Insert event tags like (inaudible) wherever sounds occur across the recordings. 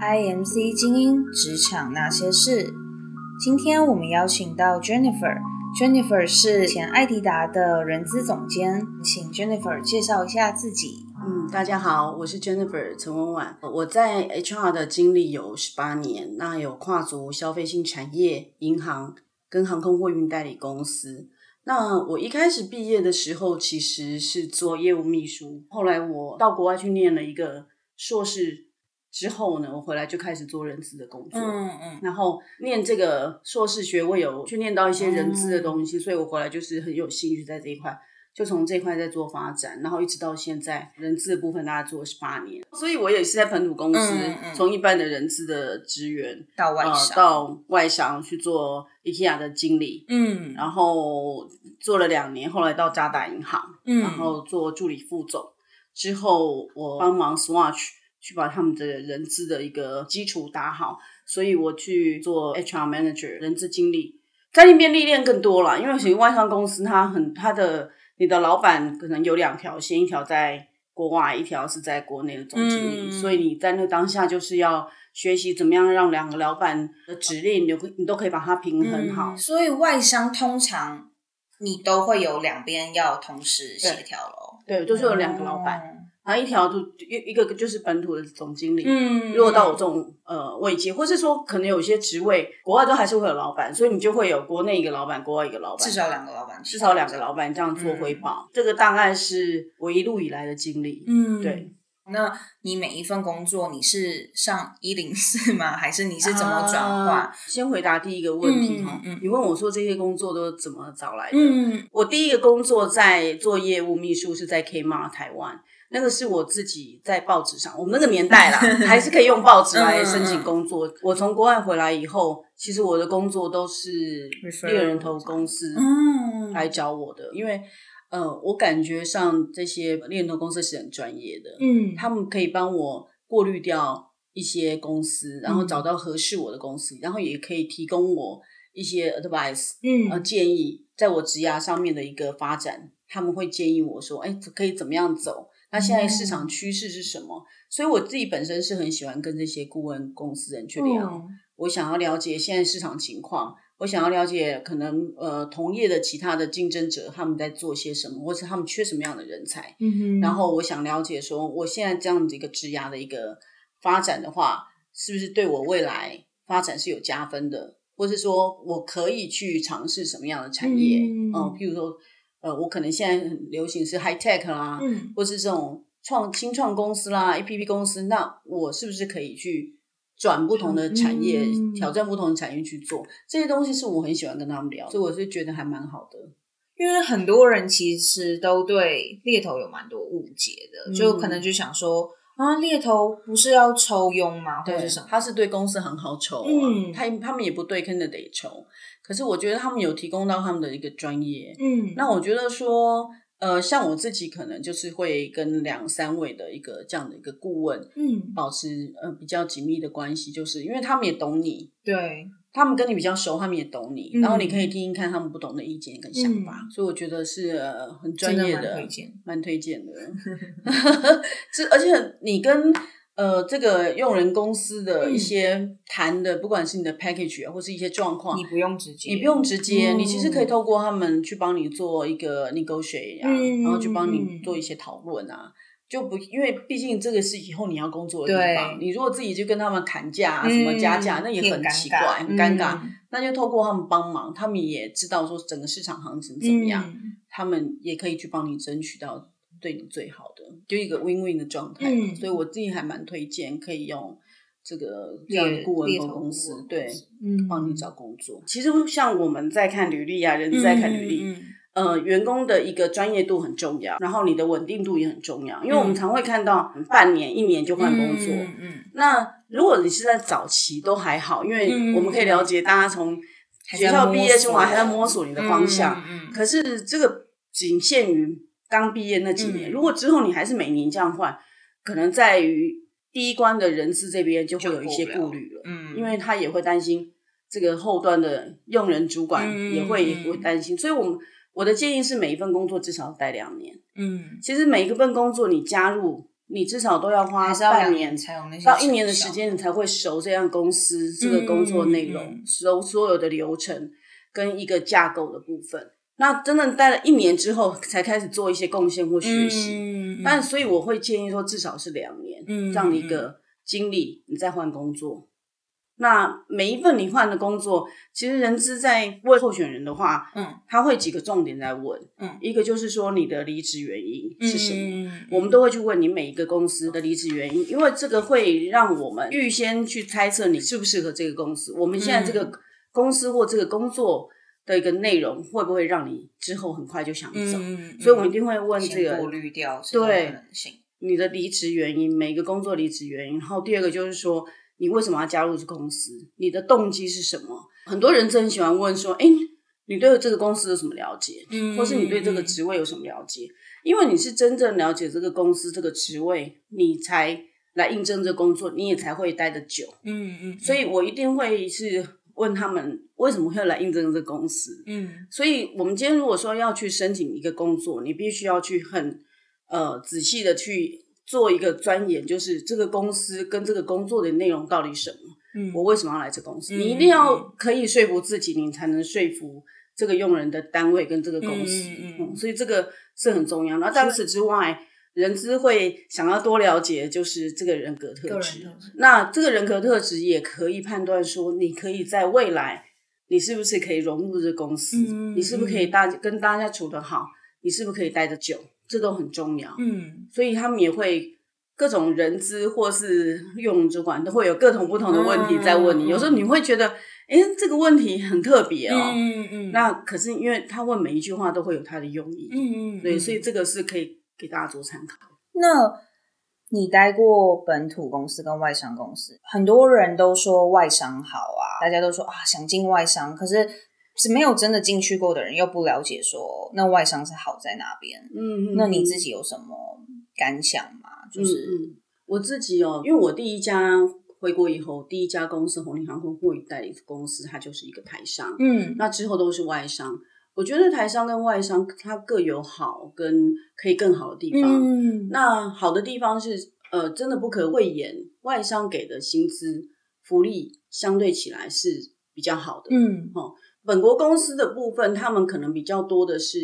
IMC 精英职场那些事。今天我们邀请到 Jennifer，Jennifer 是前艾迪达的人资总监，请 Jennifer 介绍一下自己。嗯，大家好，我是 Jennifer 陈文婉。我在 HR 的经历有十八年，那有跨足消费性产业、银行跟航空货运代理公司。那我一开始毕业的时候其实是做业务秘书，后来我到国外去念了一个硕士之后呢，我回来就开始做人资的工作。嗯，然后念这个硕士学位有去念到一些人嗯资的东西，所以我回来就是很有兴趣在这一块，就从这一块在做发展，然后一直到现在人资的部分大家做十八年，所以我也是在本土公司，嗯嗯从一般的人资的职员哦到外呃商，到外商去做 IKEA 的经理，嗯然后做了两年，后来到渣打银行，嗯，然后做助理副总，之后我帮忙 Swatch 去把他们的人资的一个基础打好，所以我去做 HR manager 人资经理，在那边历练更多了，因为其实外商公司它很它的你的老板可能有两条线，一条在国外，一条是在国内的总经理，嗯所以你在那当下就是要学习怎么样让两个老板的指令，你都可以你都可以把它平衡好。嗯所以外商通常你都会有两边要同时协调喽，对，就是有两个老板，哦然后一条就一一个就是本土的总经理，嗯，嗯，如果到我这种呃位阶，或是说可能有些职位，国外都还是会有老板，所以你就会有国内一个老板，国外一个老板，至少两个老板，至少两个老板这样做汇报。这个大概是我一路以来的经历。嗯，对。那你每一份工作，你是上一零四吗？ (laughs) 还是你是怎么转化？啊先回答第一个问题哈、嗯嗯你问我说这些工作都怎么找来的？嗯我第一个工作在做业务秘书是在 Kmart 台湾，那个是我自己在报纸上，我们那个年 (laughs) 代啦，还是可以用报纸嗯来申请工作。我从国外回来以后，其实我的工作都是 Referral 猎人头公司嗯来找我的，因为呃，我感觉上这些猎人头公司是很专业的，嗯，他们可以帮我过滤掉一些公司，然后嗯找到合适我的公司，然后也可以提供我一些 advice。呃嗯建议，在我职涯上面的一个发展，他们会建议我说，哎，可以怎么样走？那现在市场趋势是什么？所以我自己本身是很喜欢跟这些顾问公司人去嗯聊，哦我想要了解现在市场情况，我想要了解可能呃同业的其他的竞争者他们在做些什么，或是他们缺什么样的人才。嗯哼然后我想了解说，我现在这样的一个职涯的一个发展的话，是不是对我未来发展是有加分的，或是说我可以去尝试什么样的产业？嗯呃譬如说，呃，我可能现在很流行是 high tech 啦，嗯或是这种创新创公司啦、A P P 公司，那我是不是可以去转不同的产业，嗯挑战不同的产业去做？这些东西是我很喜欢跟他们聊，所以我是觉得还蛮好的。因为很多人其实都对猎头有蛮多误解的，嗯就可能就想说啊，猎头不是要抽佣吗，或对，者是什么？他是对公司很好抽、啊，嗯他他们也不对 candidate 抽，可是我觉得他们有提供到他们的一个专业。嗯那我觉得说，呃，像我自己可能就是会跟两三位的一个这样的一个顾问嗯，保持呃比较紧密的关系，就是因为他们也懂你，对，他们跟你比较熟，他们也懂你，嗯然后你可以听听看他们不同的意见跟想法，所以我觉得是、呃、很专真的业蛮推荐。蛮推荐的。 (laughs) 是，而且你跟呃这个用人公司嗯的一些谈的，不管是你的 package 啊，或是一些状况你，不用直接，你不用直接，嗯你其实可以透过他们去帮你做一个 negotiate 啊，嗯然后去帮你嗯做一些讨论啊。就不，因为毕竟这个是以后你要工作的地方，对你如果自己就跟他们砍价啊、嗯什么加价，那也也很尴奇尬怪、很尴尬。嗯那就透过他们帮忙，他们也知道说整个市场行情怎么嗯样，他们也可以去帮你争取到对你最好的，就一个 win-win 的状态。嗯所以我自己还蛮推荐可以用这个这猎样的顾问猎头公顾司问，对公，司嗯，帮你找工作。其实像我们在看履历啊，人在看履历，嗯嗯嗯呃，员工的一个专业度很重要，然后你的稳定度也很重要，因为我们嗯常会看到半年、一年就换工作，嗯嗯，那如果你是在早期都还好，因为嗯我们可以了解大家从还学在校毕业出摸来索还在摸索你的方向。嗯，嗯嗯可是这个仅限于刚毕业那几年，嗯如果之后你还是每年这样换，可能在于第一关的人事这边就会有一些顾虑了，嗯，因为他也会担心这个后端的用人主管嗯也会、嗯也会担心，所以我们我的建议是每一份工作至少待两年。嗯其实每一个份工作你加入你至少都要花还是要半两年才有那些到一年的成效时，间，你才会熟这样公司这个工作内容，嗯熟所有的流程跟一个架构的部分。那真的待了一年之后，才开始做一些贡献或学习。嗯，嗯但所以我会建议说，至少是两年，嗯这样的一个经历，你再换工作。那每一份你换的工作，其实人资在问候选人的话，嗯，他会几个重点在问，嗯，一个就是说你的离职原因是什么，嗯嗯嗯我们都会去问你每一个公司的离职原因，因为这个会让我们预先去猜测你适不适合这个公司。我们现在这嗯个公司或这个工作的一个内容，会不会让你之后很快就想走？嗯，所以，我们一定会问这先过个滤掉这种对可能性。你的离职原因，每一个工作离职原因。然后第二个就是说，你为什么要加入这公司？你的动机是什么？很多人真的很喜欢问说，哎，你对这个公司有什么了解？嗯或是你对这个职位有什么了解？因为你是真正了解这个公司、这个职位，你才来应征这工作，你也才会待得久。嗯嗯，所以我一定会是问他们为什么会来应征这公司。嗯所以我们今天如果说要去申请一个工作，你必须要去很呃仔细的去做一个钻研，就是这个公司跟这个工作的内容到底什么。嗯，我为什么要来这公司？嗯你一定要可以说服自己，你才能说服这个用人的单位跟这个公司。嗯嗯嗯所以这个是很重要。然后除此之外，人资会想要多了解，就是这个人格特个人质。特质那这个人格特质也可以判断说，你可以在未来，你是不是可以融入这公司？嗯嗯你是不是可以大跟大家处得好？你是不是可以待得久？这都很重要。嗯所以他们也会各种人资或是用人主管都会有各种不同的问题在问你。嗯有时候你会觉得，哎、这个问题很特别哦。嗯嗯，那可是因为他问每一句话都会有他的用意，嗯嗯，对，嗯所以这个是可以给大家做参考。那你待过本土公司跟外商公司，很多人都说外商好啊，大家都说啊想进外商，可是是没有真的进去过的人又不了解说那外商是好在哪边。嗯那你己。自己有什么感想吗？就是嗯嗯、我自己哦，因为我第一家回国以后，第一家公司红林航空货运代理公司，它就是一个台商，嗯那之后都是外商。我觉得台商跟外商它各有好跟可以更好的地方。嗯那好的地方是，呃，真的不可讳言，外商给的薪资福利相对起来是比较好的。嗯本国公司的部分，他们可能比较多的是，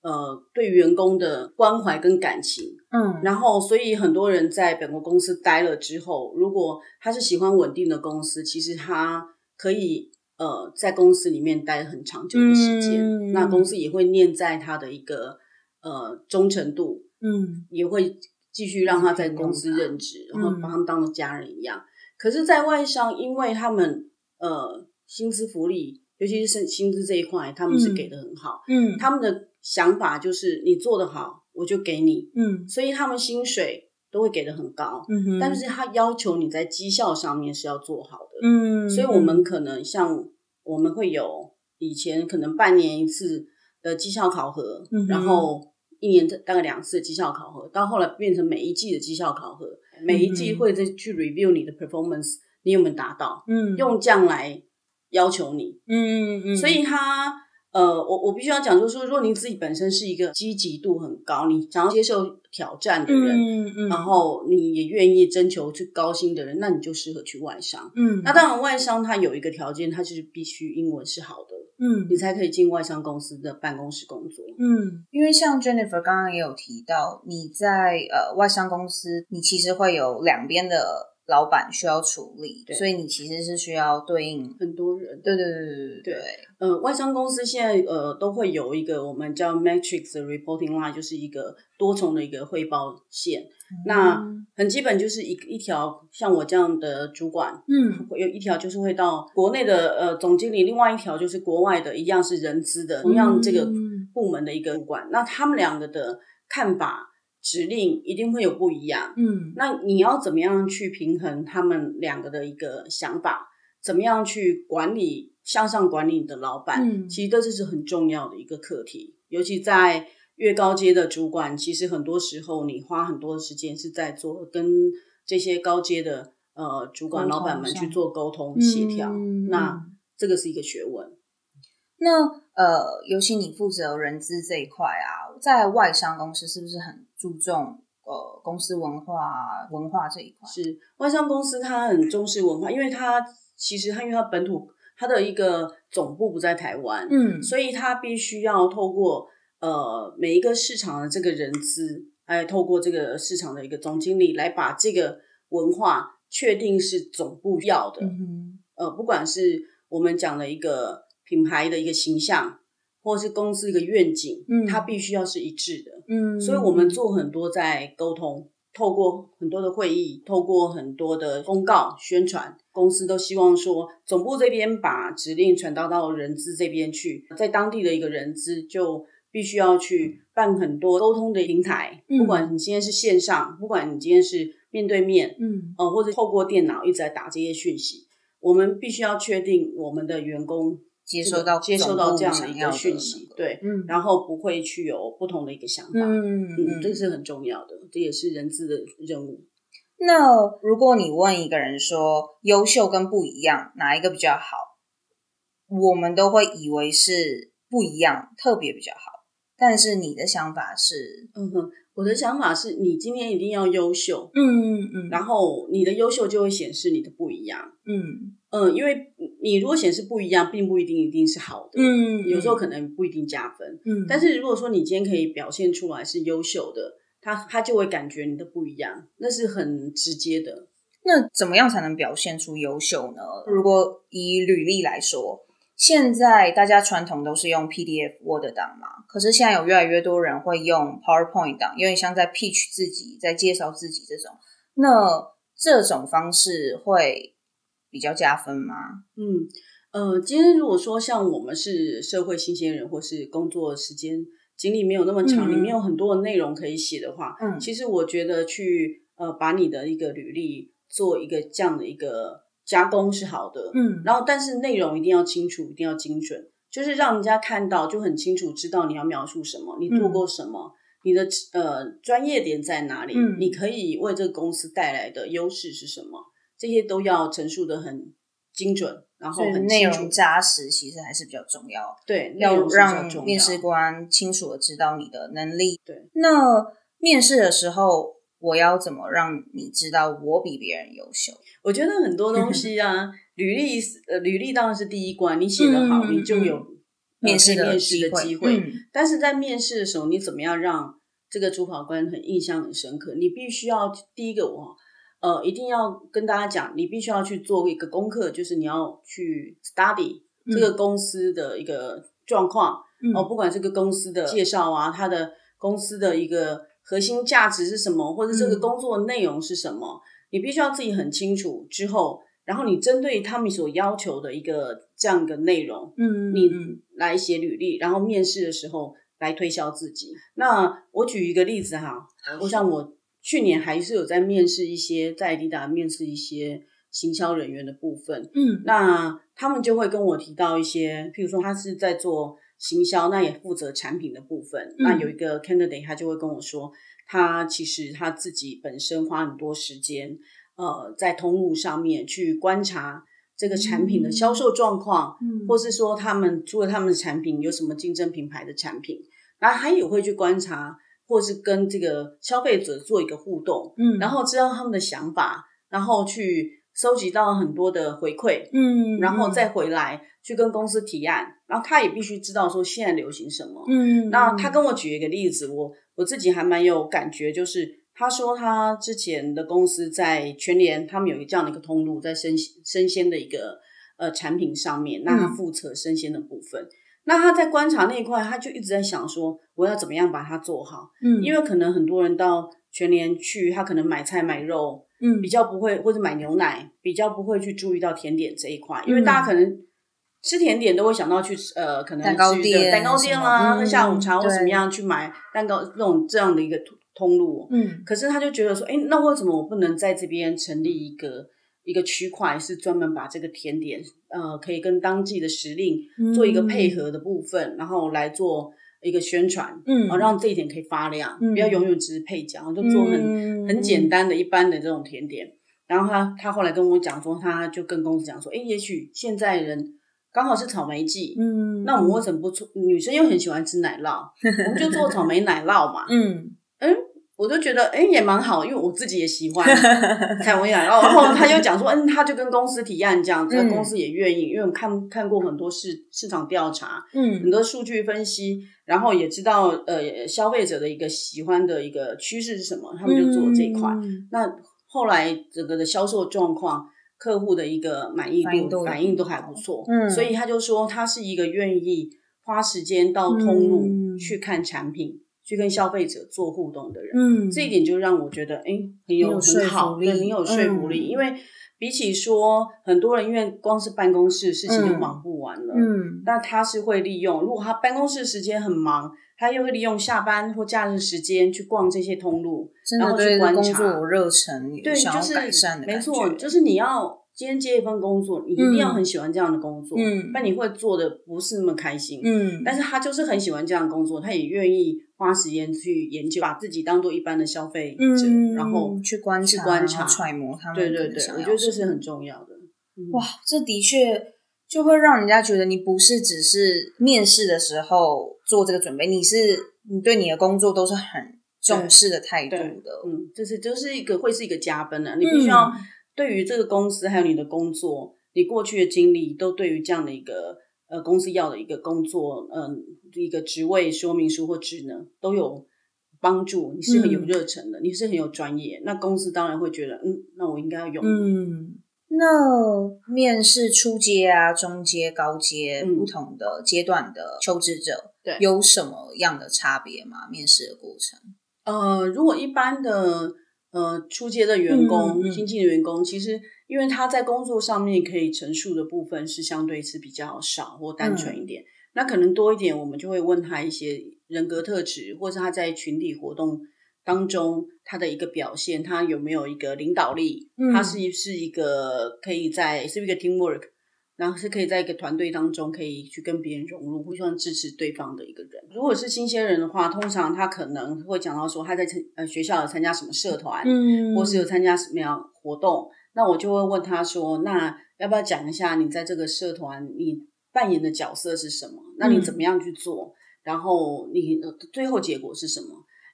呃，对员工的关怀跟感情。嗯然后，所以很多人在本国公司待了之后，如果他是喜欢稳定的公司，其实他可以呃在公司里面待很长久的时间。嗯那公司也会念在他的一个呃忠诚度，嗯也会继续让他在公司任职，嗯然后把他们当做家人一样。可是，在外商，因为他们呃薪资福利，尤其是薪薪资这一块，他们是嗯给的很好。嗯他们的想法就是，你做得好，我就给你。嗯所以他们薪水都会给的很高，嗯哼，但是他要求你在绩效上面是要做好的。嗯，所以我们可能像我们会有以前可能半年一次的绩效考核，嗯哼然后一年大概两次的绩效考核，到后来变成每一季的绩效考核，每一季嗯哼会再去 review 你的 performance，你有没有达到，嗯用这样来要求你。嗯嗯嗯，所以他呃，我我必须要讲，就是说，如果你自己本身是一个积极度很高，你想要接受挑战的人，嗯嗯，然后你也愿意征求去高薪的人，那你就适合去外商。嗯那当然，外商它有一个条件，它就是必须英文是好的，嗯你才可以进外商公司的办公室工作。嗯，因为像 Jennifer 刚刚也有提到，你在呃外商公司，你其实会有两边的老板需要处理，对所以你其实是需要对应，很多人，对对对对对对，呃，外商公司现在呃都会有一个我们叫 matrix 的 reporting line，就是一个多重的一个汇报线。那嗯很基本就是一一条像我这样的主管，嗯有一条就是会到国内的呃总经理，另外一条就是国外的，一样是人资的，同样这个嗯部门的一个主管。那他们两个的看法、指令一定会有不一样。嗯那你要怎么样去平衡他们两个的一个想法？怎么样去管理向上管理你的老板？嗯其实这是很重要的一个课题，尤其在越高阶的主管，其实很多时候你花很多的时间是在做跟这些高阶的呃主管沟老通板们上去做沟通协调，嗯那这个是一个学问。那呃，尤其你负责人资这一块啊，在外商公司是不是很注重？呃公司文化文化这一块。是外商公司，它很重视文化，因为它其实它因为它本土它的一个总部不在台湾，嗯所以它必须要透过呃每一个市场的这个人资，哎，透过这个市场的一个总经理来把这个文化确定是总部要的，嗯呃，不管是我们讲的一个品牌的一个形象，或者是公司一个愿景，嗯它必须要是一致的。哼嗯，所以我们做很多在沟通，透过很多的会议，透过很多的公告宣传，公司都希望说总部这边把指令传达到人资这边去，在当地的一个人资就。必须要去办很多沟通的平台，嗯不管你今天是线上，不管你今天是面对面，嗯呃，或者透过电脑一直在打这些讯息，我们必须要确定我们的员工接收到接收总到部这样的想一要个的讯那息，个对，嗯然后不会去有不同的一个想法，嗯嗯，这个是很重要的，这也是人资的任务。那如果你问一个人说优秀跟不一样哪一个比较好，我们都会以为是不一样，特别比较好。但是你的想法是，嗯哼，我的想法是你今天一定要优秀，嗯嗯然后你的优秀就会显示你的不一样。嗯嗯，因为你如果显示不一样，并不一定一定是好的，嗯有时候可能不一定加分。嗯，但是如果说你今天可以表现出来是优秀的，他他就会感觉你的不一样，那是很直接的。那怎么样才能表现出优秀呢？如果以履历来说，现在大家传统都是用 PDF、Word 档嘛，可是现在有越来越多人会用 PowerPoint 档，有点像在 pitch 自己，在介绍自己这种。那这种方式会比较加分吗？嗯，呃，今天如果说像我们是社会新鲜人，或是工作时间精力没有那么长，嗯里面有很多的内容可以写的话，嗯其实我觉得去呃把你的一个履历做一个这样的一个加工是好的，嗯然后但是内容一定要清楚，一定要精准，就是让人家看到就很清楚知道你要描述什么，你嗯做过什么。你的呃专业点在哪里？嗯你可以为这个公司带来的优势是什么？这些都要陈述的很精准，然后所以很内清楚容。扎实其实还是比较重要。对，内要容是比较让重面要。试官清楚的知道你的能力。对，那面试的时候，我要怎么让你知道我比别人优秀？我觉得很多 (laughs) 东西啊，履历是呃，履历当然是第一关，你写得好，嗯你就有嗯呃面试可以的面试的机会。嗯但是在面试的时候，你怎么样让这个主考官很印象很深刻？你必须要第一个我。呃，一定要跟大家讲，你必须要去做一个功课，就是你要去 study 嗯这个公司的一个状况，嗯哦，不管这个公司的介绍啊，它的公司的一个核心价值是什么，或者这个嗯工作内容是什么，你必须要自己很清楚之后，然后你针对他们所要求的一个这样一个内容，嗯你嗯来写履历，然后面试的时候来推销自己。那我举一个例子哈，我想我去年还是有在面试一些在迪达面试一些行销人员的部分，嗯那他们就会跟我提到一些，譬如说他是在做行销，那也负责产品的部分。那有一个 candidate，他就会跟我说，他其实他自己本身花很多时间，呃，在通路上面去观察这个产品的销售状况，嗯或是说他们除了他们的产品有什么竞争品牌的产品，然后他也会去观察，或是跟这个消费者做一个互动，嗯然后知道他们的想法，然后去收集到很多的回馈，嗯，然后再回来去跟公司提案，然后他也必须知道说现在流行什么。嗯，那他跟我举一个例子，我我自己还蛮有感觉，就是他说他之前的公司在全联，他们有一这样的一个通路，在生生鲜的一个呃产品上面，那他嗯负责生鲜的部分。那他在观察那一块，他就一直在想说，我要怎么样把它做好？嗯，因为可能很多人到全联去，他可能买菜买肉，嗯比较不会，或者买牛奶比较不会去注意到甜点这一块，因为嗯大家可能吃甜点都会想到去吃呃，可能蛋糕去店对蛋糕店啦、什么喝嗯下午茶或对什么样去买蛋糕这种这样的一个通通路哦。嗯可是他就觉得说，哎，那为什么我不能在这边成立一嗯个一个区块，是专门把这个甜点呃，可以跟当季的时令嗯做一个配合的部分，然后来做一个宣传，嗯啊，让这一点可以发亮，嗯不要永远只是配角，就做很很简单的一般的这种甜点。然后他他后来跟我讲说，他就跟公司讲说，诶，也许现在人刚好是草莓季，嗯，那我们 (laughs) 为什么不做？女生又很喜欢吃奶酪，我们就做草莓奶酪嘛。嗯我就觉得哎、也蛮好，因为我自己也喜 (laughs) 欢采薇奶酪。然后他又讲说，嗯，他就跟公司提案这样，这个嗯公司也愿意，因为我们看看过很多市市场调查，很嗯多数据分析，然后也知道呃消费者的一个喜欢的一个趋势是什么，他们就做这一块。嗯那后来整个的销售状况、客户的一个满意满意度、度反应都还不错，嗯所以他就说他是一个愿意花时间到通路嗯去看产品、去跟消费者做互动的人，嗯，这一点就让我觉得哎、很很有有很说好，服对，力很有说服力，嗯因为比起说很多人因为光是办公室事情就嗯忙不完了，嗯那他是会利用，如果他办公室时间很忙，他又会利用下班或假日时间去逛这些通路，真然的后去对这个观工察作有热忱，有对，想就要是改善的没感觉错，就是你要今天接一份工作，你一定要很喜欢这样的工作，嗯但你会做的不是那么开心。嗯，但是他就是很喜欢这样的工作，他也愿意花时间去研究，把自己当做一般的消费者，嗯，然后去观察、观然察后揣摩他们对可对能对，想我要觉得这什是么很重要的。嗯哇，，这的确就会让人家觉得你不是只是面试的时候做这个准备，你是你对你的工作都是很重视的态度的。嗯，这是就是一个会是一个加分的、啊你必须要嗯对于这个公司还有你的工作，你过去的经历都对于这样的一个呃公司要的一个工作，嗯、一个职位说明书或职能都有帮助。你是很有嗯热忱的，你是很有专业，那公司当然会觉得，嗯，那我应该要用。嗯，那面试初阶啊、中阶、高阶、嗯不同的阶段的求职者，对有什么样的差别吗？面试的过程，呃，如果一般的呃出街的员嗯工、嗯嗯新进的员工，其实因为他在工作上面可以陈述的部分是相对是比较少或单嗯纯一点，那可能多一点，我们就会问他一些人格特质，或是他在群体活动。当中他的一个表现，他有没有一个领导力？嗯他是是一个可以在是不是一个 teamwork，然后是可以在一个团队当中可以去跟别人融入，互相支持对方的一个人。如果是新鲜人的话，通常他可能会讲到说他在参呃学校有参加什么社团，嗯或是有参加什么样活动，那我就会问他说，那要不要讲一下你在这个社团你扮演的角色是什么？那你怎么样去做？然后你呃最后结果是什么？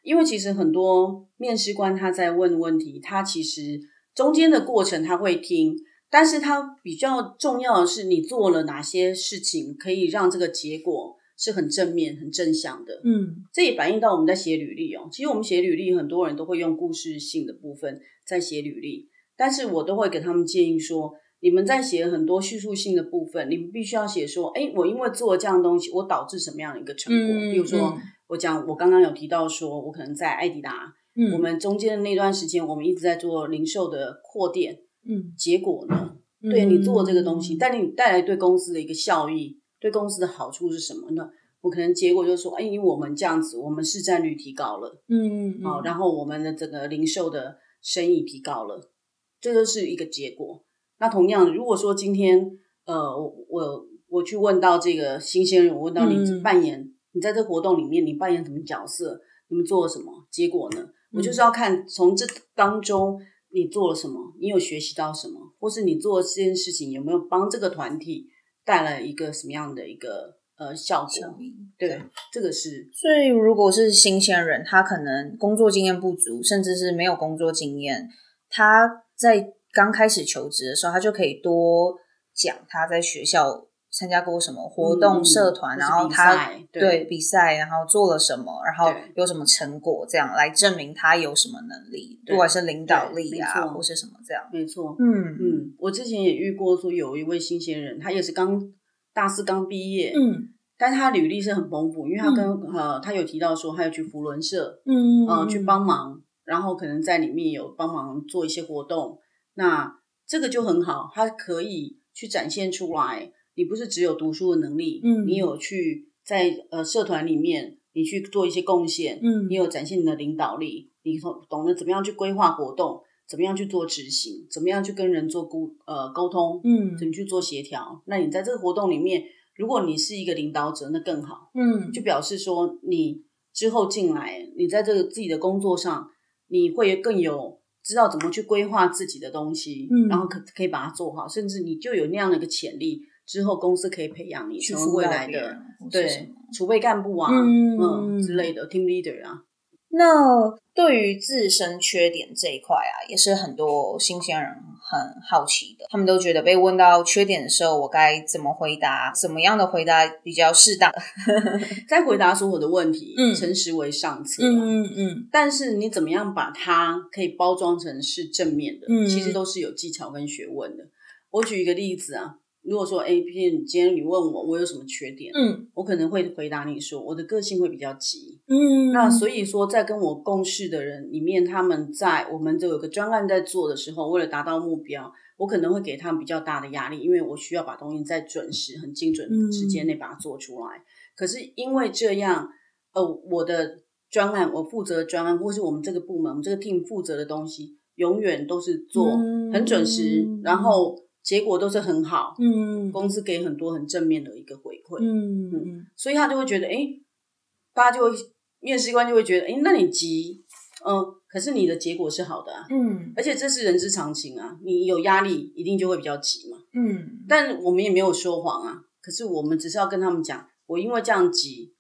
因为其实很多面试官他在问问题，他其实中间的过程他会听，但是他比较重要的是你做了哪些事情，可以让这个结果是很正面、很正向的。嗯这也反映到我们在写履历哦。其实我们写履历，很多人都会用故事性的部分在写履历，但是我都会给他们建议说，你们在写很多叙述性的部分，你们必须要写说，哎，我因为做了这样的东西，我导致什么样的一个成果？嗯比如说嗯，我讲我刚刚有提到说，我可能在艾迪达，嗯，我们中间的那段时间，我们一直在做零售的扩店，嗯，结果呢，对你做这个东西，嗯但你带来对公司的一个效益，对公司的好处是什么呢？我可能结果就是说，哎，因为我们这样子，我们市占率提高了，嗯嗯，好、哦然后我们的整个零售的生意提高了，这就是一个结果。那同样，如果说今天，呃，我我我去问到这个新鲜人，我问到你嗯扮演、你在这活动里面你扮演什么角色，你们做了什么，结果呢？我嗯就是要看从这当中你做了什么，你有学习到什么，或是你做这件事情有没有帮这个团体带来一个什么样的一个呃效果？效应对，这个是所以，如果是新鲜人，他可能工作经验不足，甚至是没有工作经验，他在刚开始求职的时候，他就可以多讲他在学校参加过什么活动、嗯社团，或然是后比他赛比赛，然后做了什么，然后对有什么成果，这样来证明他有什么能力，对不管是领导力对啊，没错或是什么这样。没错，嗯嗯，我之前也遇过，说有一位新鲜人，他也是刚大四刚毕业，，嗯但他履历是很丰富，因为他跟、呃，他有提到说他要去福伦社，嗯呃，去帮忙，然后可能在里面有帮忙做一些活动，那这个就很好，他可以去展现出来，你不是只有读书的能力，嗯你有去在呃社团里面，你去做一些贡献，嗯你有展现你的领导力，你懂懂得怎么样去规划活动，怎么样去做执行，怎么样去跟人做沟呃沟通，嗯怎么去做协调。那你在这个活动里面，如果你是一个领导者，那更好，嗯就表示说你之后进来，你在这个自己的工作上，你会更有知道怎么去规划自己的东西，嗯然后可可以把它做好，甚至你就有那样的一个潜力，之后公司可以培养你去成为辅未导来别的人或是什对么储备干部啊，嗯之类的 team leader 啊，那对于自身缺点这一块啊，也是很多新鲜人很好奇的。他们都觉得被问到缺点的时候，我该怎么回答？怎么样的回答比较适当？在回答所有的问题，嗯诚实为上策啊。嗯嗯但是你怎么样把它可以包装成是正面的，嗯其实都是有技巧跟学问的。我举一个例子啊，如果说 A 片，今天你问我我有什么缺点，嗯我可能会回答你说我的个性会比较急。嗯那所以说，在跟我共事的人里面，他们在我们都有个专案在做的时候，为了达到目标，我可能会给他们比较大的压力，因为我需要把东西在准时、很精准的时嗯间内把它做出来。可是因为这样，呃，我的专案，我负责的专案，或是我们这个部门、我们这个 team 负责的东西，永远都是做嗯很准时，然后结果都是很好，嗯公司给很多很正面的一个回馈。嗯嗯所以他就会觉得，诶，大家就会面试官就会觉得，诶，那你急，嗯，可是你的结果是好的啊，嗯而且这是人之常情啊，你有压力一定就会比较急嘛。嗯，但我们也没有说谎啊，可是我们只是要跟他们讲，我因为这样急，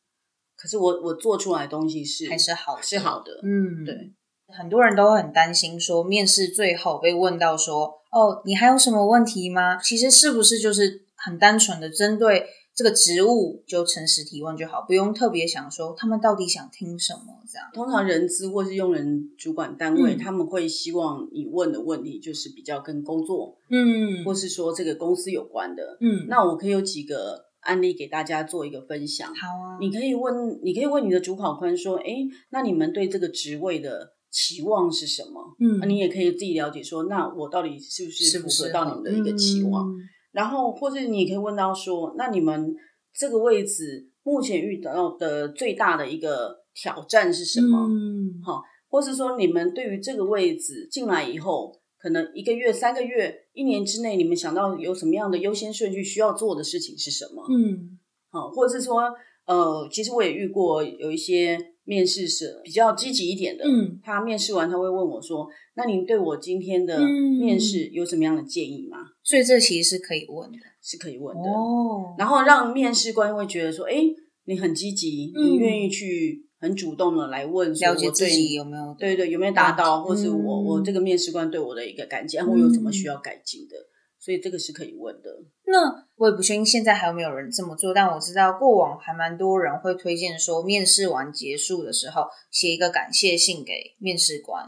可是我我做出来的东西是还是好是好的，嗯，对。很多人都很担心，说面试最后被问到说：“哦，你还有什么问题吗？”其实是不是就是很单纯的针对这个职务就诚实提问就好，不用特别想说他们到底想听什么这样。通常人资或是用人主管单位，嗯他们会希望你问的问题就是比较跟工作，嗯或是说这个公司有关的。嗯，那我可以有几个案例给大家做一个分享。好啊，你可以问，你可以问你的主考官说：“诶，那你们对这个职位的期望是什么？”嗯那你也可以自己了解说，那我到底是不是是不符是嗯合到你们的一个期望？？然后，或者你也可以问到说，那你们这个位置目前遇到的最大的一个挑战是什么？嗯或是说你们对于这个位置进来以后，可能一个月、三个月、一年之内，你们想到有什么样的优先顺序需要做的事情是什么？嗯好、或者是说，呃，其实我也遇过有一些面试者比较积极一点的，嗯他面试完他会问我说：“那您对我今天的嗯面试有什么样的建议吗所以这其实是可以问的？”是可以问的，哦。然后让面试官会觉得说：“诶，你很积极，嗯你愿意去很主动的来问说了我解自对己你。”有没有对对，有没有达到，嗯或是我我这个面试官对我的一个感见，我有什么需要改进的，所以这个是可以问的。那我也不确定现在还有没有人这么做，但我知道过往还蛮多人会推荐说，面试完结束的时候写一个感谢信给面试官，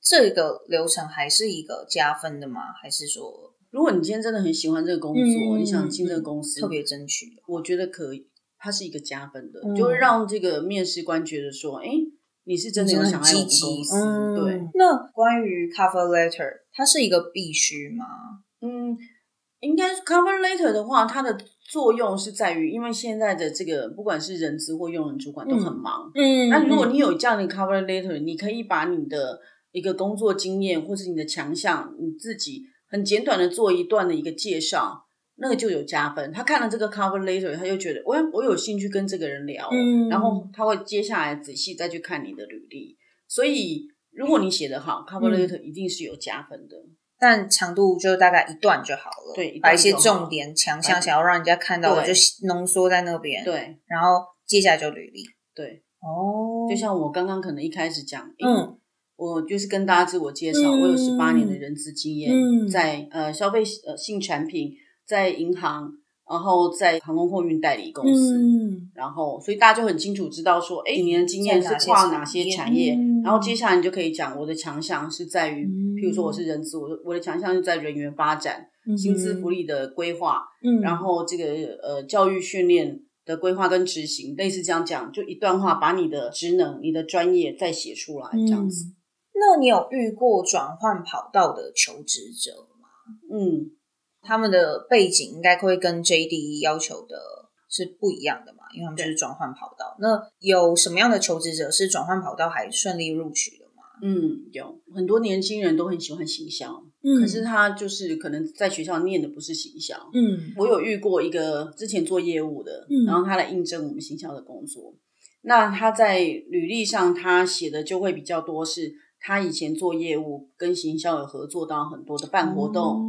这个流程还是一个加分的吗？还是说如果你今天真的很喜欢这个工作，嗯你想进这个公司，特别争取的？我觉得可以，它是一个加分的，嗯就会让这个面试官觉得说，哎，你是真的有想来我积们公极，司，嗯，对，。那关于 cover letter，它是一个必须吗？嗯，应该是 cover letter 的话，它的作用是在于，因为现在的这个不管是人资或用人主管都很忙，嗯那如果你有这样的 cover letter，你可以把你的一个工作经验或是你的强项，你自己很简短的做一段的一个介绍。那个就有加分，他看了这个 cover letter，他就觉得我我有兴趣跟这个人聊哦，嗯然后他会接下来仔细再去看你的履历。所以如果你写得好，cover 嗯 letter 一定是有加分的。但长度就大概一段就好了，对一段把一些就好重点强项把想要让人家看到，我就对浓缩在那边，，对然后接下来就履历。对，哦，就像我刚刚可能一开始讲，嗯，我就是跟大家自我介绍，嗯我有十八年的人资经验，嗯在呃消费呃性产品，在银行，然后在航空货运代理公司，嗯然后所以大家就很清楚知道说，哎，你的经验是在哪些跨产哪些业产业，嗯然后接下来你就可以讲我的强项是在于，嗯譬如说我是人资，我的我的强项是在人员发展、薪资福，利的规划，嗯然后这个呃教育训练的规划跟执行，类似这样讲，就一段话把你的职能、你的专业再写出来，这样子。嗯那你有遇过转换跑道的求职者吗？嗯，他们的背景应该会跟 JD 要求的是不一样的嘛，因为他们就是转换跑道。那有什么样的求职者是转换跑道还顺利录取的吗？嗯，有很多年轻人都很喜欢行销，嗯可是他就是可能在学校念的不是行销。嗯我有遇过一个之前做业务的，嗯然后他来应征我们行销的工作。那他在履历上他写的就会比较多是，他以前做业务跟行销有合作到很多的办活哦动，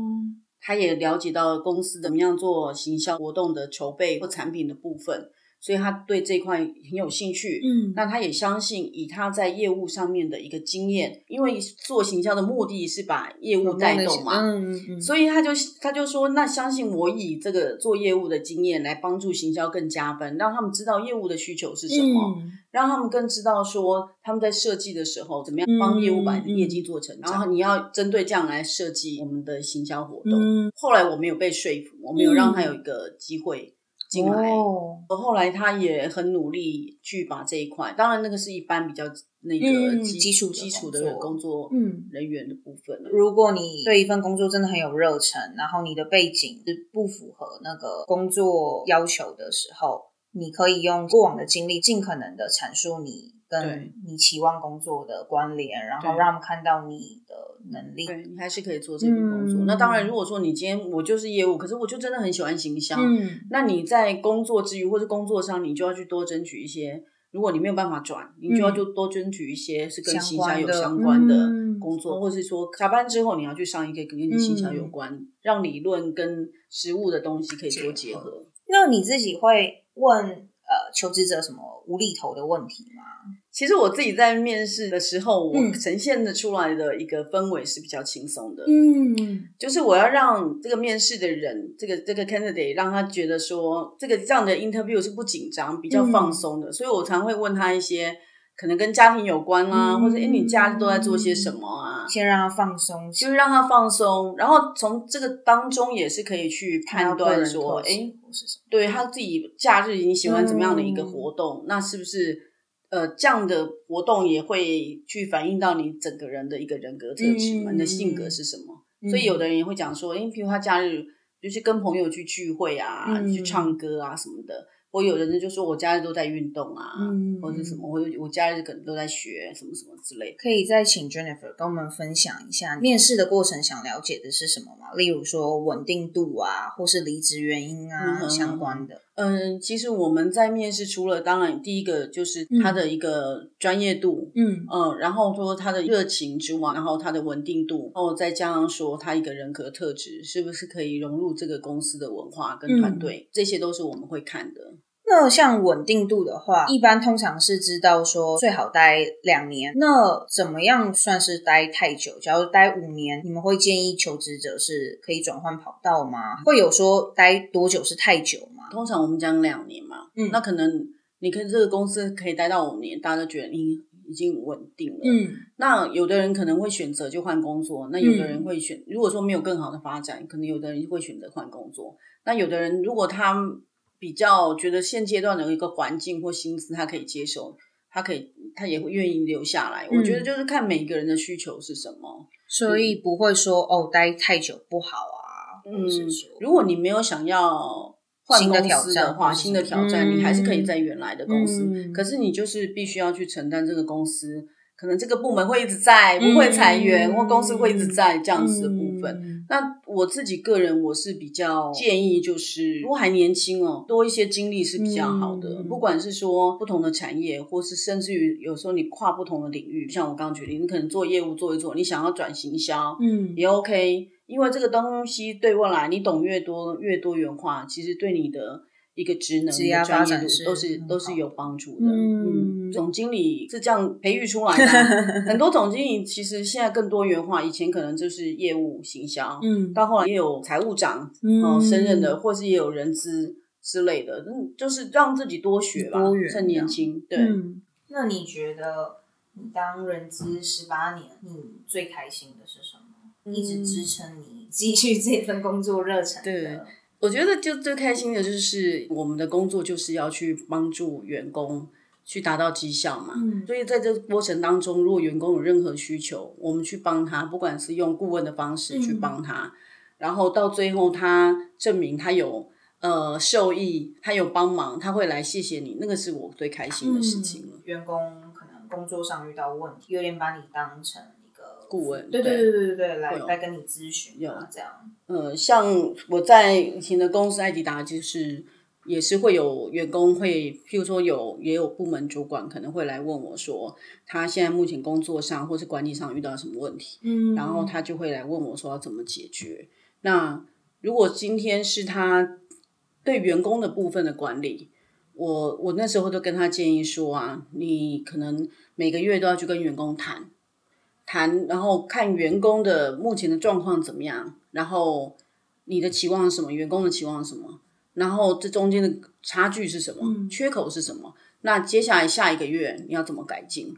他也了解到公司怎么样做行销活动的筹备或产品的部分，所以他对这一块很有兴趣。嗯那他也相信，以他在业务上面的一个经验，因为做行销的目的是把业务带动嘛，嗯嗯嗯，所以他就他就说，那相信我以这个做业务的经验来帮助行销更加分，让他们知道业务的需求是什么，嗯让他们更知道说他们在设计的时候怎么样帮业务把嗯嗯业绩做成长，然后你要针对这样来设计我们的行销活动。嗯，后来我没有被说服，我没有让他有一个机会进来。哦后来他也很努力去把这一块，当然那个是一般比较那嗯个基、基础的基础工的作工作嗯人员的部分。如果你对一份工作真的很有热忱，然后你的背景是不符合那个工作要求的时候，你可以用过往的经历，尽可能的阐述你跟对你期望工作的关联，然后对让他们看到你的能力。对你还是可以做这份工作。嗯那当然，如果说你今天我就是业务，可是我就真的很喜欢行销，嗯那你在工作之余或者工作上，你就要去多争取一些。如果你没有办法转，你就要就多争取一些是跟行销有嗯相关的嗯工作，或者是说下班之后你要去上一个跟行销有关，让理论跟实务的东西可以多结合。那你自己会问呃求职者什么无厘头的问题吗？其实我自己在面试的时候，我嗯呈现的出来的一个氛围是比较轻松的，嗯就是我要让这个面试的人，这个这个 candidate 让他觉得说，这个这样的 interview 是不紧张，比较放松的，所以我常会问他一些可能跟家庭有关啦、嗯或者诶你假日都在做些什么啊，先让他放松，就是让他放松，然后从这个当中也是可以去判断说，哎诶，，或是什么对他自己假日你喜欢怎么样的一个活动，那是不是？呃，这样的活动也会去反映到你整个人的一个人格特质嘛，嗯你的性格是什么？所以有的人也会讲说，因为譬如他假日就是跟朋友去聚会啊，嗯去唱歌啊什么的。或有的人就说我假日都在运动啊，嗯或者是什么，我我假日可能都在学什么什么之类的。可以再请 Jennifer 跟我们分享一下面试的过程，想了解的是什么吗？例如说稳定度啊，或是离职原因啊、嗯哼相关的。嗯，其实我们在面试，除了当然第一个就是他的一个专业度，嗯嗯，然后说他的热情之外，然后他的稳定度，然后再加上说他一个人格特质是不是可以融入这个公司的文化跟嗯团队，这些都是我们会看的。那像稳定度的话，一般通常是知道说最好待两年。那怎么样算是待太久？假如待五年，你们会建议求职者是可以转换跑道吗？会有说待多久是太久吗？通常我们讲两年嘛，嗯那可能你跟这个公司可以待到五年，大家都觉得你已经稳定了。嗯那有的人可能会选择就换工作，那有的人嗯会选，如果说没有更好的发展，可能有的人会选择换工作。那有的人如果他比较觉得现阶段的一个环境或薪资他可以接受，他可以他也会愿意留下来。我觉得嗯就是看每一个人的需求是什么。所以不会说哦，待太久不好啊，或嗯者是说，如果你没有想要换新的公挑司战的话，或是新的什挑么战，你还是可以嗯在原来的公司，嗯可是你就是必须要去承担这个公司。可能这个部门会一直在，不会裁员，嗯或公司会一直在这样子的部分。嗯那我自己个人，我是比较建议，就是如果还年轻哦，多一些经历是比较好的。嗯不管是说不同的产业，或是甚至于有时候你跨不同的领域，像我刚刚举例，你可能做业务做一做，你想要转行销嗯也 OK，因为这个东西对未来你懂越多，越多元化，其实对你的一个职能、职你业的专发业展度是都是很都是好有帮助的。嗯总经理是这样培育出来的啊。 (laughs) 很多总经理其实现在更多元化，以前可能就是业务、行销，嗯到后来也有财务长哦、嗯升任的，或是也有人资之类的，嗯，就是让自己多学吧，多元趁年轻。对，嗯那你觉得你当人资十八年，你最开心的是什么？一直支撑你继续这份工作热忱的，我觉得就最开心的就是我们的工作就是要去帮助员工去达到绩效嘛。嗯所以在这个过程当中，如果员工有任何需求，我们去帮他，不管是用顾问的方式去嗯帮他，然后到最后他证明他有呃受益，他有帮忙，他会来谢谢你，那个是我最开心的事嗯情了。员工可能工作上遇到问题，有点把你当成一个顾问对对对对对对，来会有来跟你咨询啊，这样，呃，像我在以前的公司艾迪达，就是也是会有员工会，譬如说有也有部门主管可能会来问我说，他现在目前工作上或是管理上遇到什么问题，嗯然后他就会来问我说要怎么解决。那如果今天是他对员工的部分的管理，我我那时候都跟他建议说啊，你可能每个月都要去跟员工谈谈，然后看员工的目前的状况怎么样，然后你的期望是什么，员工的期望是什么，然后这中间的差距是什么，嗯缺口是什么，那接下来下一个月你要怎么改进，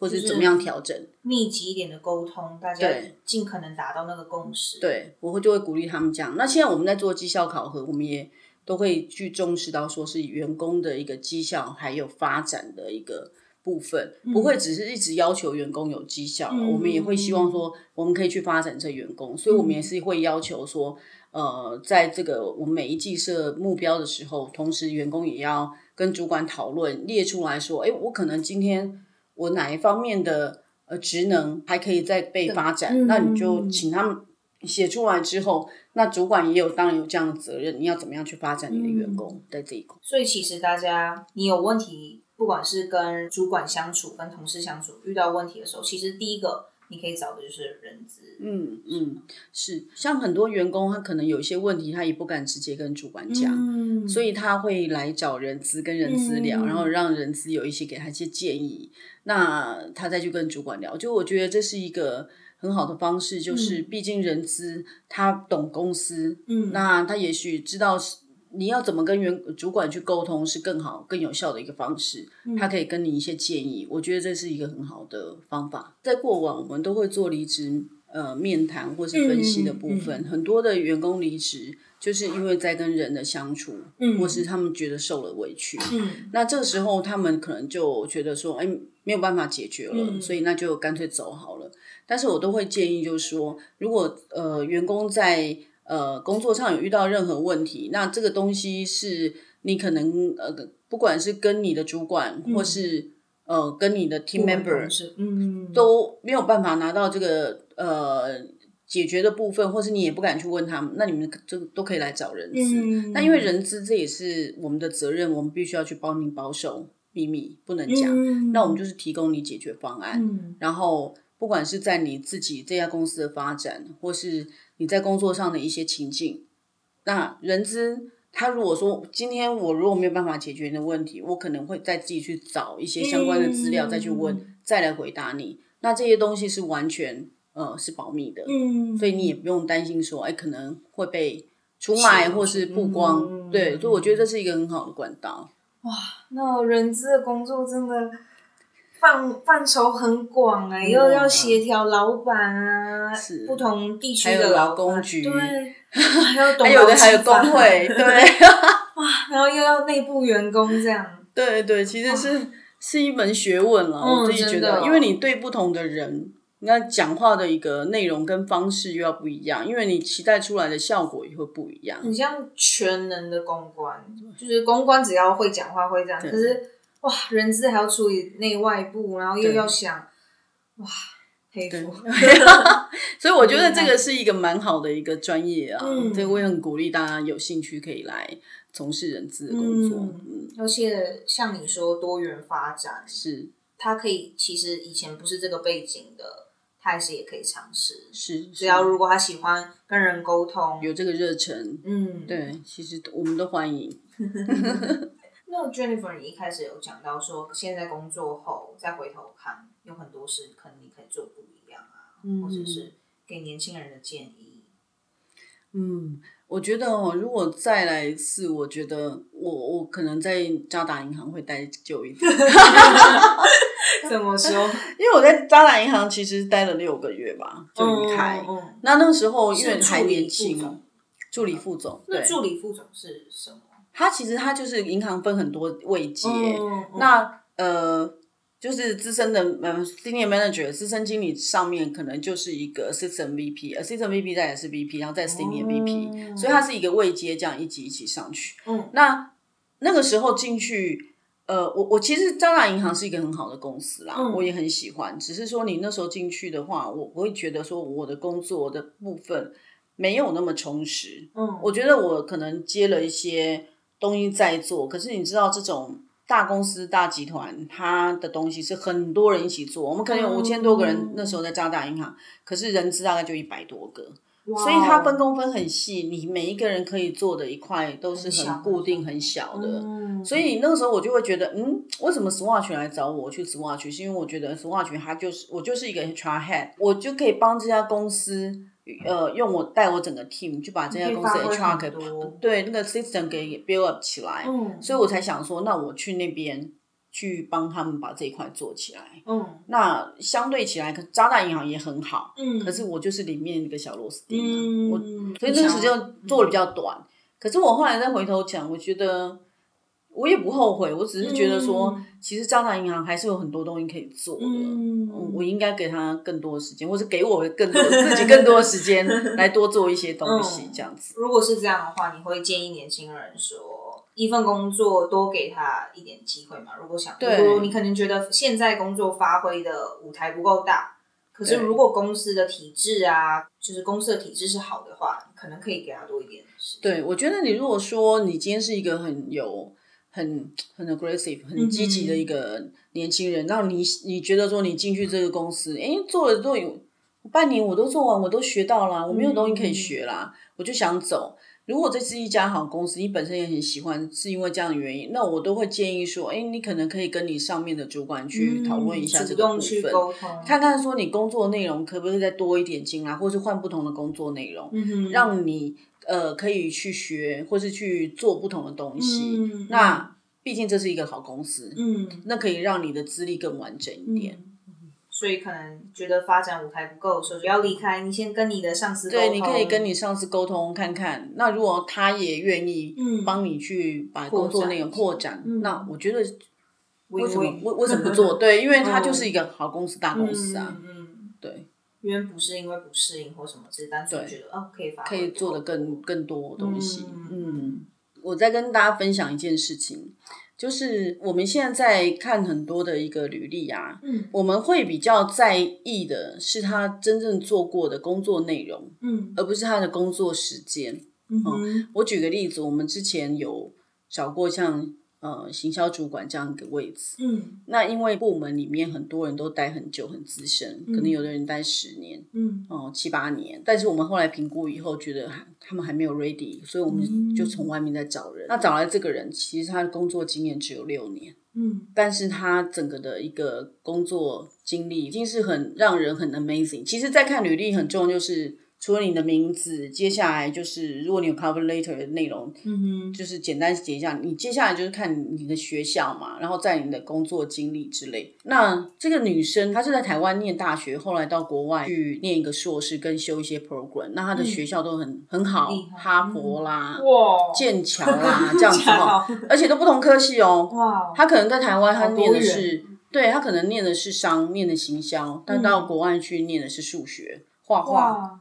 或者就是是怎么样调整？密集一点的沟通，大家对尽可能达到那个共识。，对，我会就会鼓励他们这样。那现在我们在做绩效考核，我们也都会去重视到说是员工的一个绩效还有发展的一个部分，不会只是一直要求员工有绩效，嗯嗯我们也会希望说我们可以去发展这员工，所以我们也是会要求说，呃，在这个我们每一季设目标的时候，同时员工也要跟主管讨论，列出来说，哎，我可能今天我哪一方面的呃职能还可以再被发展，嗯那你就请他们写出来之后，那主管也有当然有这样的责任，你要怎么样去发展你的嗯员工、在这一块？所以其实大家，你有问题，不管是跟主管相处、跟同事相处，遇到问题的时候，其实第一个你可以找的就是人资。嗯嗯，是像很多员工他可能有一些问题，他也不敢直接跟主管讲。嗯，所以他会来找人资跟人资聊，嗯然后让人资有一些给他一些建议，那他再去跟主管聊。就我觉得这是一个很好的方式，就是毕竟人资他懂公司，嗯那他也许知道是你要怎么跟员主管去沟通是更好、更有效的一个方式，他可以跟你一些建议。我觉得这是一个很好的方法。在过往，我们都会做离职呃面谈或是分析的部分，很多的员工离职就是因为在跟人的相处，嗯或是他们觉得受了委屈，嗯那这个时候他们可能就觉得说，哎，没有办法解决了，嗯所以那就干脆走好了。但是我都会建议，就是说，如果呃员工在呃工作上有遇到任何问题，那这个东西是你可能呃不管是跟你的主管，或是呃跟你的 team 嗯部门同 member 事嗯都没有办法拿到这个呃解决的部分，或是你也不敢去问他们，那你们就都可以来找人资。嗯，那因为人资这也是我们的责任，我们必须要去帮你保守秘密，不能讲。嗯那我们就是提供你解决方案，嗯然后不管是在你自己这家公司的发展，或是你在工作上的一些情境，那人资他如果说今天我如果没有办法解决你的问题，我可能会再自己去找一些相关的资料，嗯再去问，再来回答你。那这些东西是完全呃是保密的，嗯，所以你也不用担心说，哎，可能会被出卖是或是曝光，嗯对，所以我觉得这是一个很好的管道。那人资的工作真的范范畴很广哎、嗯又要协调老板啊，是不同地区还有的劳老工板局 (laughs) 对，还要懂还有劳的基还有法工，会， (laughs) 对然后又要内部员工这样，对对，其实是是一门学问了，嗯我自己觉真的得，因为你对不同的人。那讲话的一个内容跟方式又要不一样，因为你期待出来的效果也会不一样。很像全能的公关，就是公关只要会讲话会这样，可是哇，人资还要处理内外部，然后又对要想，哇，佩服，所以我觉得这个是一个蛮好的一个专业啊，嗯对我也很鼓励大家有兴趣可以来从事人资的工作。嗯，而且像你说多元发展，是他可以其实以前不是这个背景的，他还是也可以尝试。是，只要如果他喜欢跟人沟通，有这个热忱，嗯，。对，其实我们都欢迎。那 Jennifer，你一开始有讲到说，现在工作后再回头看，有很多事可能你可以做不一样啊，或者是给年轻人的建议。嗯，我觉得哦，如果再来一次，我觉得我我可能在渣打银行会待久一 (laughs) 点， (laughs) 怎么说？因为我在渣打银行其实待了六个月吧，就离开。嗯嗯那那时候因是为还助理年副轻总，助理副总，对那，助理副总是什么？他其实他就是银行分很多位阶，嗯嗯那呃，就是资深的呃 senior manager 资深经理上面可能就是一个 assistant VP，assistant VP 再也是 VP，然后再 senior VP，、所以它是一个位阶这样一级一级上去。嗯，那那个时候进去。呃，我我其实渣打银行是一个很好的公司啦，嗯我也很喜欢。只是说你那时候进去的话，我我会觉得说我的工作的部分没有那么充实，嗯，我觉得我可能接了一些东西在做，可是你知道这种大公司、大集团，它的东西是很多人一起做。我们可能嗯有嗯五千多个人，那时候在渣打银行，可是人资大概就一百多个。所以它分工分很细，你每一个人可以做的一块都是很小很固定、很小的。嗯所以那个时候我就会觉得，嗯，为什么 Swatch 来找我去 Swatch？是因为我觉得 Swatch 它就是我就是一个 HR head，我就可以帮这家公司，呃，用我带我整个 team 去把这家公司可以 HR 发挥给很多对那个 system 给 build up 起来。嗯所以我才想说，那我去那边去帮他们把这一块做起来。嗯那相对起来，可渣打银行也很好，嗯可是我就是里面一个小螺丝钉啊、嗯，我所以你那想个嗯时间做的比较短。可是我后来再回头讲，我觉得我也不后悔，我只是觉得说，嗯其实渣打银行还是有很多东西可以做的。嗯嗯我应该给他更多的时间，或是给我更多自己更多的时 (laughs) 间来多做一些东西，嗯这样子。如果是这样的话，你会建议年轻人说，一份工作多给他一点机会嘛？如果想，对如果你可能觉得现在工作发挥的舞台不够大，可是对如果公司的体制啊，就是公司的体制是好的话，可能可以给他多一点时间。对，我觉得你如果说你今天是一个很有、很很 aggressive、很积嗯极的一个年轻人，那你你觉得说你进去这个公司，诶，做了都有半年，我都做完，我都学到啊啦，我没有东西可以嗯学啦，我就想走。如果这是一家好公司，你本身也很喜欢，是因为这样的原因，那我都会建议说，诶，你可能可以跟你上面的主管去讨论一嗯下主这个部动去分，沟通，看看说你工作内容可不可以再多一点进来，或是换不同的工作内容。嗯哼让你呃可以去学或是去做不同的东西。嗯那毕竟这是一个好公司，嗯，那可以让你的资历更完整一点。所以可能觉得发展舞台不够的时候，就要离开，你先跟你的上司沟对，通，你可以跟你上司沟通看看。那如果他也愿意嗯帮你去把扩工作展内容扩展，嗯那我觉得为什么 Win-win 为为什么不做？对，因为它就是一个好公司、大公司啊，嗯嗯嗯对，因为不是因为不适应或什么，只是单纯对觉得哦可以发挥可以做的更更多东西。嗯嗯，我再跟大家分享一件事情，就是我们现在在看很多的一个履历啊，嗯我们会比较在意的是他真正做过的工作内容，嗯而不是他的工作时间。嗯哦哼我举个例子，我们之前有找过像呃行销主管这样一个位置，嗯那因为部门里面很多人都待很久，很资深，可能有的人待十年，嗯哦、七八年，但是我们后来评估以后，觉得还他们还没有 ready，所以我嗯们就从外面再找人。那找来这个人，其实他的工作经验只有六年，嗯但是他整个的一个工作经历已经是很让人很 amazing。其实，在看履历很重要，就是除了你的名字，接下来就是如果你有 cover letter 的内容，嗯哼就是简单写一下，你接下来就是看你的学校嘛，然后在你的工作经历之类。那这个女生她是在台湾念大学，后来到国外去念一个硕士，跟修一些 program。那她的学校都很、很好嗯厉，害嗯哈佛啦、哇剑 (laughs) 桥啦这样子哦，好而且都不同科系哦。哇她可能在台湾她好多念的元是，对她可能念的是商，念的行销，但到国外去念的是数学、画画，嗯哇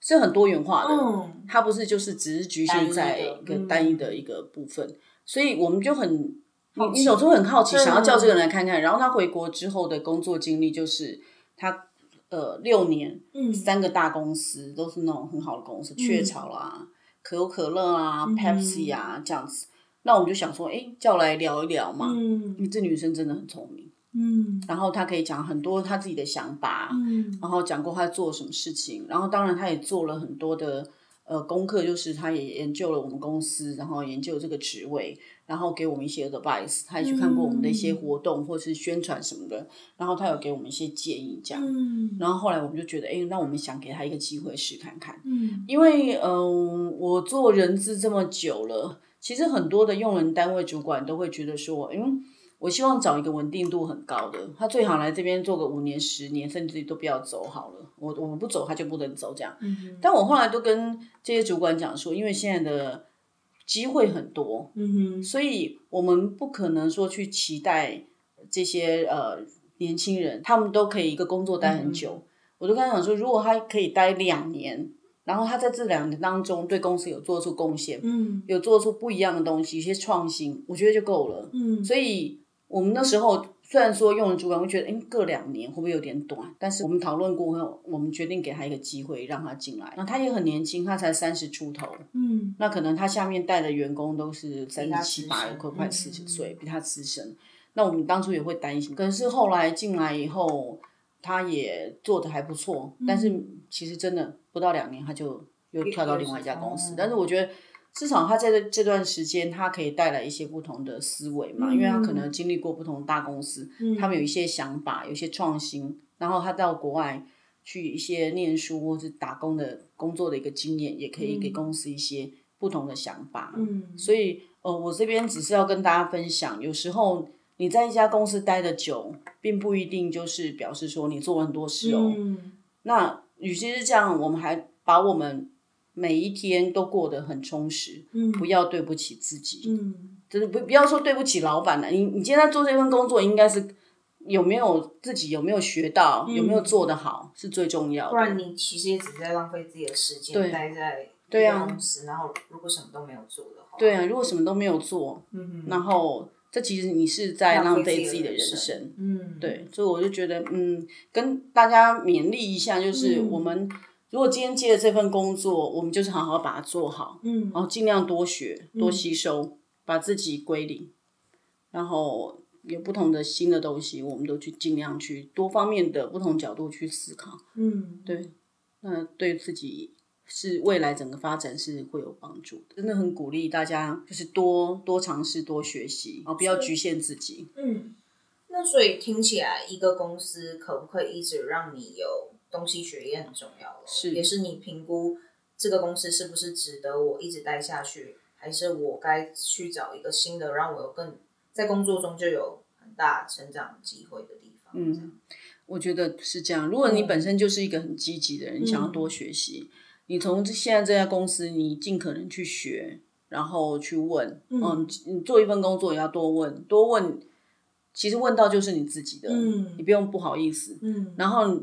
是很多元化的。嗯它不是就是只是局限在单一的一个嗯单一的一个部分，所以我们就很你好奇你有时候很好奇，对嗯想要叫这个人来看看。然后他回国之后的工作经历就是他呃六年嗯三个大公司都是那种很好的公司，雀巢啦、可口可乐啊、嗯 Pepsi 啊这样子。那我们就想说，哎，叫来聊一聊嘛。因嗯为这女生真的很聪明，嗯然后她可以讲很多她自己的想法，嗯然后讲过他做了什么事情，然后当然他也做了很多的呃功课，就是他也研究了我们公司，然后研究这个职位，然后给我们一些 advice，他也去看过我们的一些活动或是宣传什么的，然后他有给我们一些建议这样，嗯然后后来我们就觉得，哎，那我们想给他一个机会试看看，嗯因为嗯、呃我做人资这么久了，其实很多的用人单位主管都会觉得说，嗯，我希望找一个稳定度很高的，他最好来这边做个五年、十年，甚至都不要走好了。我我们不走，他就不能走这样。嗯但我后来都跟这些主管讲说，因为现在的机会很多，嗯哼所以我们不可能说去期待这些呃年轻人，他们都可以一个工作待很久。我就跟他讲说，如果他可以待两年，然后他在这两年当中对公司有做出贡献，嗯有做出不一样的东西，一些创新，我觉得就够了。嗯所以我们那时候虽然说用人主管会觉得，哎，各两年会不会有点短？但是我们讨论过后，我们决定给他一个机会，让他进来。那他也很年轻，他才三十出头，嗯那可能他下面带的员工都是三他资十七深八，快快嗯四十岁，比他资深。那我们当初也会担心，可是后来进来以后，他也做的还不错，嗯但是其实真的不到两年他就又跳到另外一家公司，哦但是我觉得。至少他在这这段时间，他可以带来一些不同的思维嘛，嗯因为他可能经历过不同大公司，他们有一些想法，有一些创新，然后他到国外去一些念书或是打工的工作的一个经验，也可以给公司一些不同的想法。嗯，所以呃，我这边只是要跟大家分享，有时候你在一家公司待的久，并不一定就是表示说你做了很多事哦。嗯那与其是这样，我们还把我们每一天都过得很充实，嗯不要对不起自己。嗯就是不不要说对不起老板了，你你今天在做这份工作，应该是有没有自己有没有学到，有没有做得好是最重要嗯不然的。你其实也只是在浪费自己的时对间，待在对啊一个公司，然后如果什么都没有做的话，对啊，如果什么都没有做，嗯哼，然后这其实你是在浪费浪费自己自己的的人人生生。嗯，对，所以我就觉得，嗯，跟大家勉励一下，就是嗯我们如果今天接了这份工作，我们就是好好把它做好，嗯然后哦尽量多学、多吸收，把自己归零，然后有不同的新的东西，我们都去尽量去多方面的不同角度去思考，嗯，对，那对自己是未来整个发展是会有帮助的，真的很鼓励大家就是多多尝试、多学习，啊，不要局限自己。嗯，那所以听起来，一个公司可不可以一直让你有东西学也很重要了，是也是你评估这个公司是不是值得我一直待下去，还是我该去找一个新的，让我有更在工作中就有很大成长机会的地方。嗯这样，我觉得是这样。如果你本身就是一个很积极的人，你想要多学习，你从现在这家公司，你尽可能去学，然后去问，嗯，你做一份工作也要多问，多问。其实问到就是你自己的，嗯你不用不好意思。嗯然后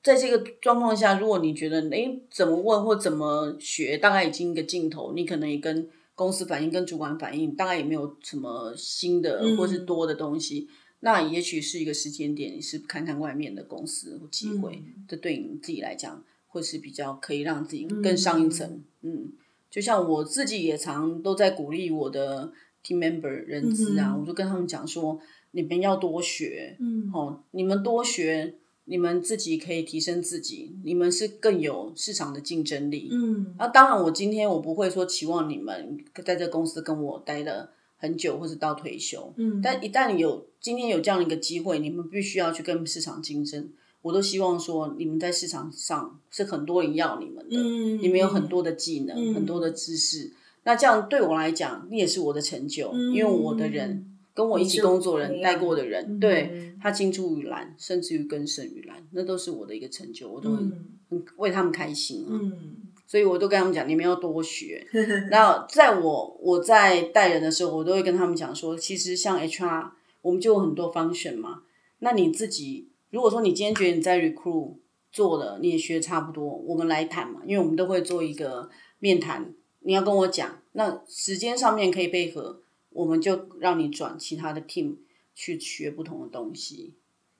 在这个状况下，如果你觉得诶怎么问或怎么学，大概已经一个尽头，你可能也跟公司反映、跟主管反映，大概也没有什么新的嗯或是多的东西。那也许是一个时间点，你是看看外面的公司或嗯机会，这对你自己来讲会是比较可以让自己更上一层。嗯，就像我自己也常都在鼓励我的 team member 人资啊，嗯哼我就跟他们讲说，你们要多学，嗯哦，你们多学，你们自己可以提升自己，你们是更有市场的竞争力。嗯那、当然，我今天我不会说期望你们在这公司跟我待了很久，或者到退休。嗯但一旦有今天有这样的一个机会，你们必须要去跟市场竞争。我都希望说，你们在市场上是很多人要你们的，嗯你们有很多的技能，嗯很多的知识。那这样对我来讲，你也是我的成就，嗯因为我的人跟我一起工作的人带过的人，嗯对他青出于蓝，甚至于更胜于蓝，那都是我的一个成就，我都会嗯很为他们开心啊。嗯所以我都跟他们讲，你们要多学。那在我我在带人的时候，我都会跟他们讲说，其实像 HR，我们就有很多方选嘛。那你自己，如果说你今天觉得你在 recruit 做了，你也学得差不多，我们来谈嘛，因为我们都会做一个面谈，你要跟我讲，那时间上面可以配合，我们就让你转其他的 team 去学不同的东西。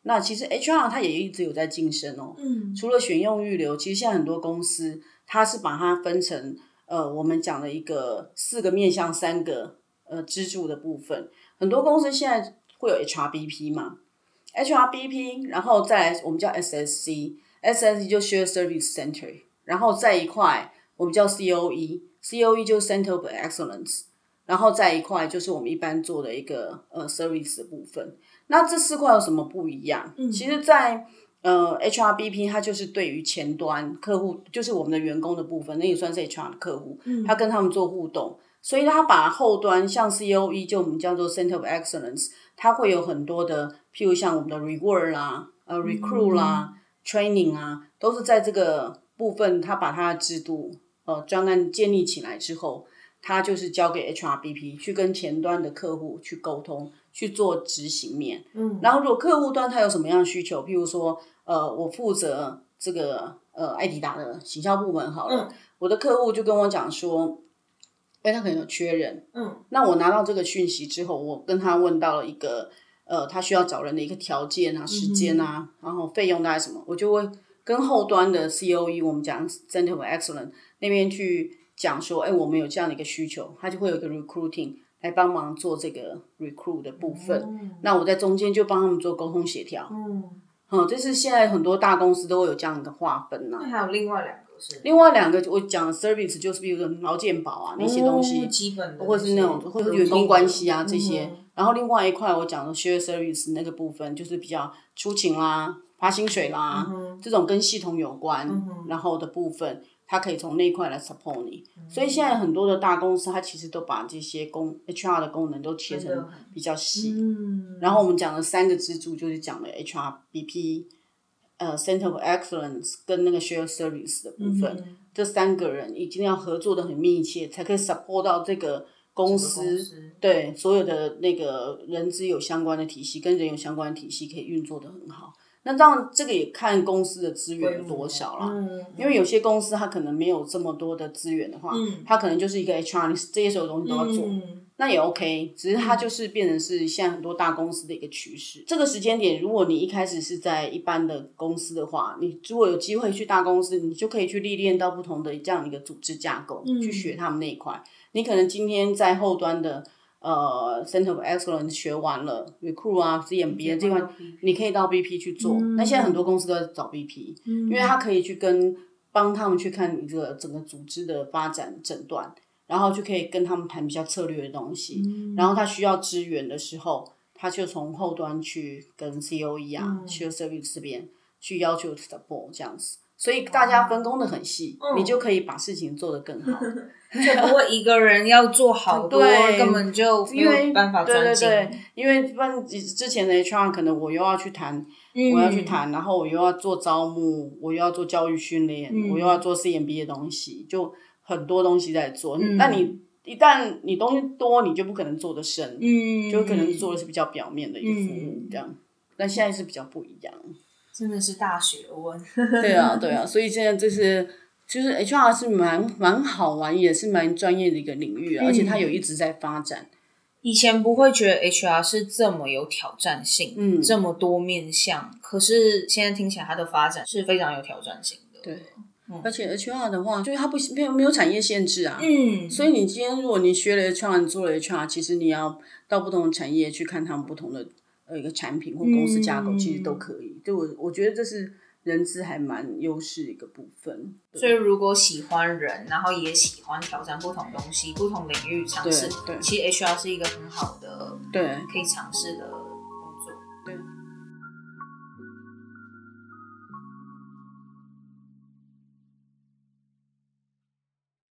那其实 HR 它也一直有在晋升哦，嗯除了选用预留，其实现在很多公司它是把它分成呃，我们讲的一个四个面向三个呃支柱的部分。很多公司现在会有 HRBP 嘛，HRBP，然后再来我们叫 SSC，SSC 就 Share Service Center，然后再一块我们叫 E COE，COE 就是 Center of Excellence。然后再一块就是我们一般做的一个呃 service 的部分，那这四块有什么不一样？嗯、其实在，呃 HRBP 它就是对于前端客户，就是我们的员工的部分，那也算是 HR 的客户，他跟他们做互动，所以他把后端像 COE 就我们叫做 Center of Excellence，它会有很多的，譬如像我们的 reward 啦、呃 recruit 啦、training 啊，都是在这个部分，他把它的制度呃专案建立起来之后，他就是交给 HRBP 去跟前端的客户去沟通，去做执行面。嗯然后如果客户端他有什么样的需求，譬如说，呃，我负责这个呃艾迪达的行销部门好了，嗯我的客户就跟我讲说，哎，他可能有缺人，嗯那我拿到这个讯息之后，我跟他问到了一个呃他需要找人的一个条件啊、时间嗯啊，然后费用大概什么，我就会跟后端的 COE 我们讲 Center of Excellence 那边去讲说，哎，我们有这样的一个需求，他就会有一个 recruiting 来帮忙哦做这个 recruit 的部分。那我在中间就帮他们做沟通协调，嗯嗯，这是现在很多大公司都会有这样一个划分呐、那还有另外两个是另外两个我讲的 service 就是比如说劳健保啊那些东西，嗯基本的，或者是那种或者是员工关系啊这些。嗯然后另外一块我讲的 share service 那个部分就是比较出勤啦、发薪水嗯啦、这种跟系统有关，然后的部分。它可以从那一块来 support 你，嗯所以现在很多的大公司，它其实都把这些功 HR 的功能都切成真的比较细，嗯，然后我们讲的三个支柱就是讲的 HR、BP、呃 Center of Excellence 跟那个 Share Service 的部分，嗯这三个人一定要合作的很密切，才可以 support 到这个公司整个公司对所有的那个人资有相关的体系，跟人有相关的体系可以运作的很好。那当然，这个也看公司的资源有多少啦。嗯，因为有些公司它可能没有这么多的资源的话，嗯它可能就是一个 HR，你这些所有东西都要做。嗯那也 OK，只是它就是变成是现在很多大公司的一个趋势。这个时间点，如果你一开始是在一般的公司的话，你如果有机会去大公司，你就可以去历练到不同的这样一个组织架构，嗯去学他们那一块。你可能今天在后端的呃 Center of Excellence 学完了 Recruit 啊、CMBA 这块，你可以到 BP 去做。嗯那现在很多公司都在找 BP，、因为他可以去跟帮他们去看一个整个组织的发展诊断，然后就可以跟他们谈比较策略的东西。嗯然后他需要支援的时候，他就从后端去跟 COE 啊、嗯 Share Service 这边去要求 support 这样子。所以大家分工的很细，嗯你就可以把事情做得更 (laughs) 好。不过一个人要做好多，对根本就没因为有办法哎对专对精。对，因为不然之前的 HR 可能我又要去谈，嗯我要去谈，然后我又要做招募，我又要做教育训练，嗯我又要做 CMB 的东西，就很多东西在做。嗯那你一旦你东西多，你就不可能做得深，嗯，就可能做的是比较表面的一个服务、嗯这样。但现在是比较不一样，真的是大学问。 (laughs) 对啊，对啊，所以现在这是就是 HR 是蛮蛮好玩，也是蛮专业的一个领域啊，而且它有一直在发展。以前不会觉得 HR 是这么有挑战性，嗯这么多面向。可是现在听起来，它的发展是非常有挑战性的。对，而且 HR 的话，就是它不没有没有产业限制啊，嗯，所以你今天如果你学了 HR，你做了 HR，其实你要到不同的产业去看他们不同的呃一个产品或公司架构，嗯其实都可以。就我我觉得这是人资还蛮优势的一个部分。对所以如果喜欢人，然后也喜欢挑战不同东西、不同领域尝试对对，其实 HR 是一个很好的对可以尝试的工作。对。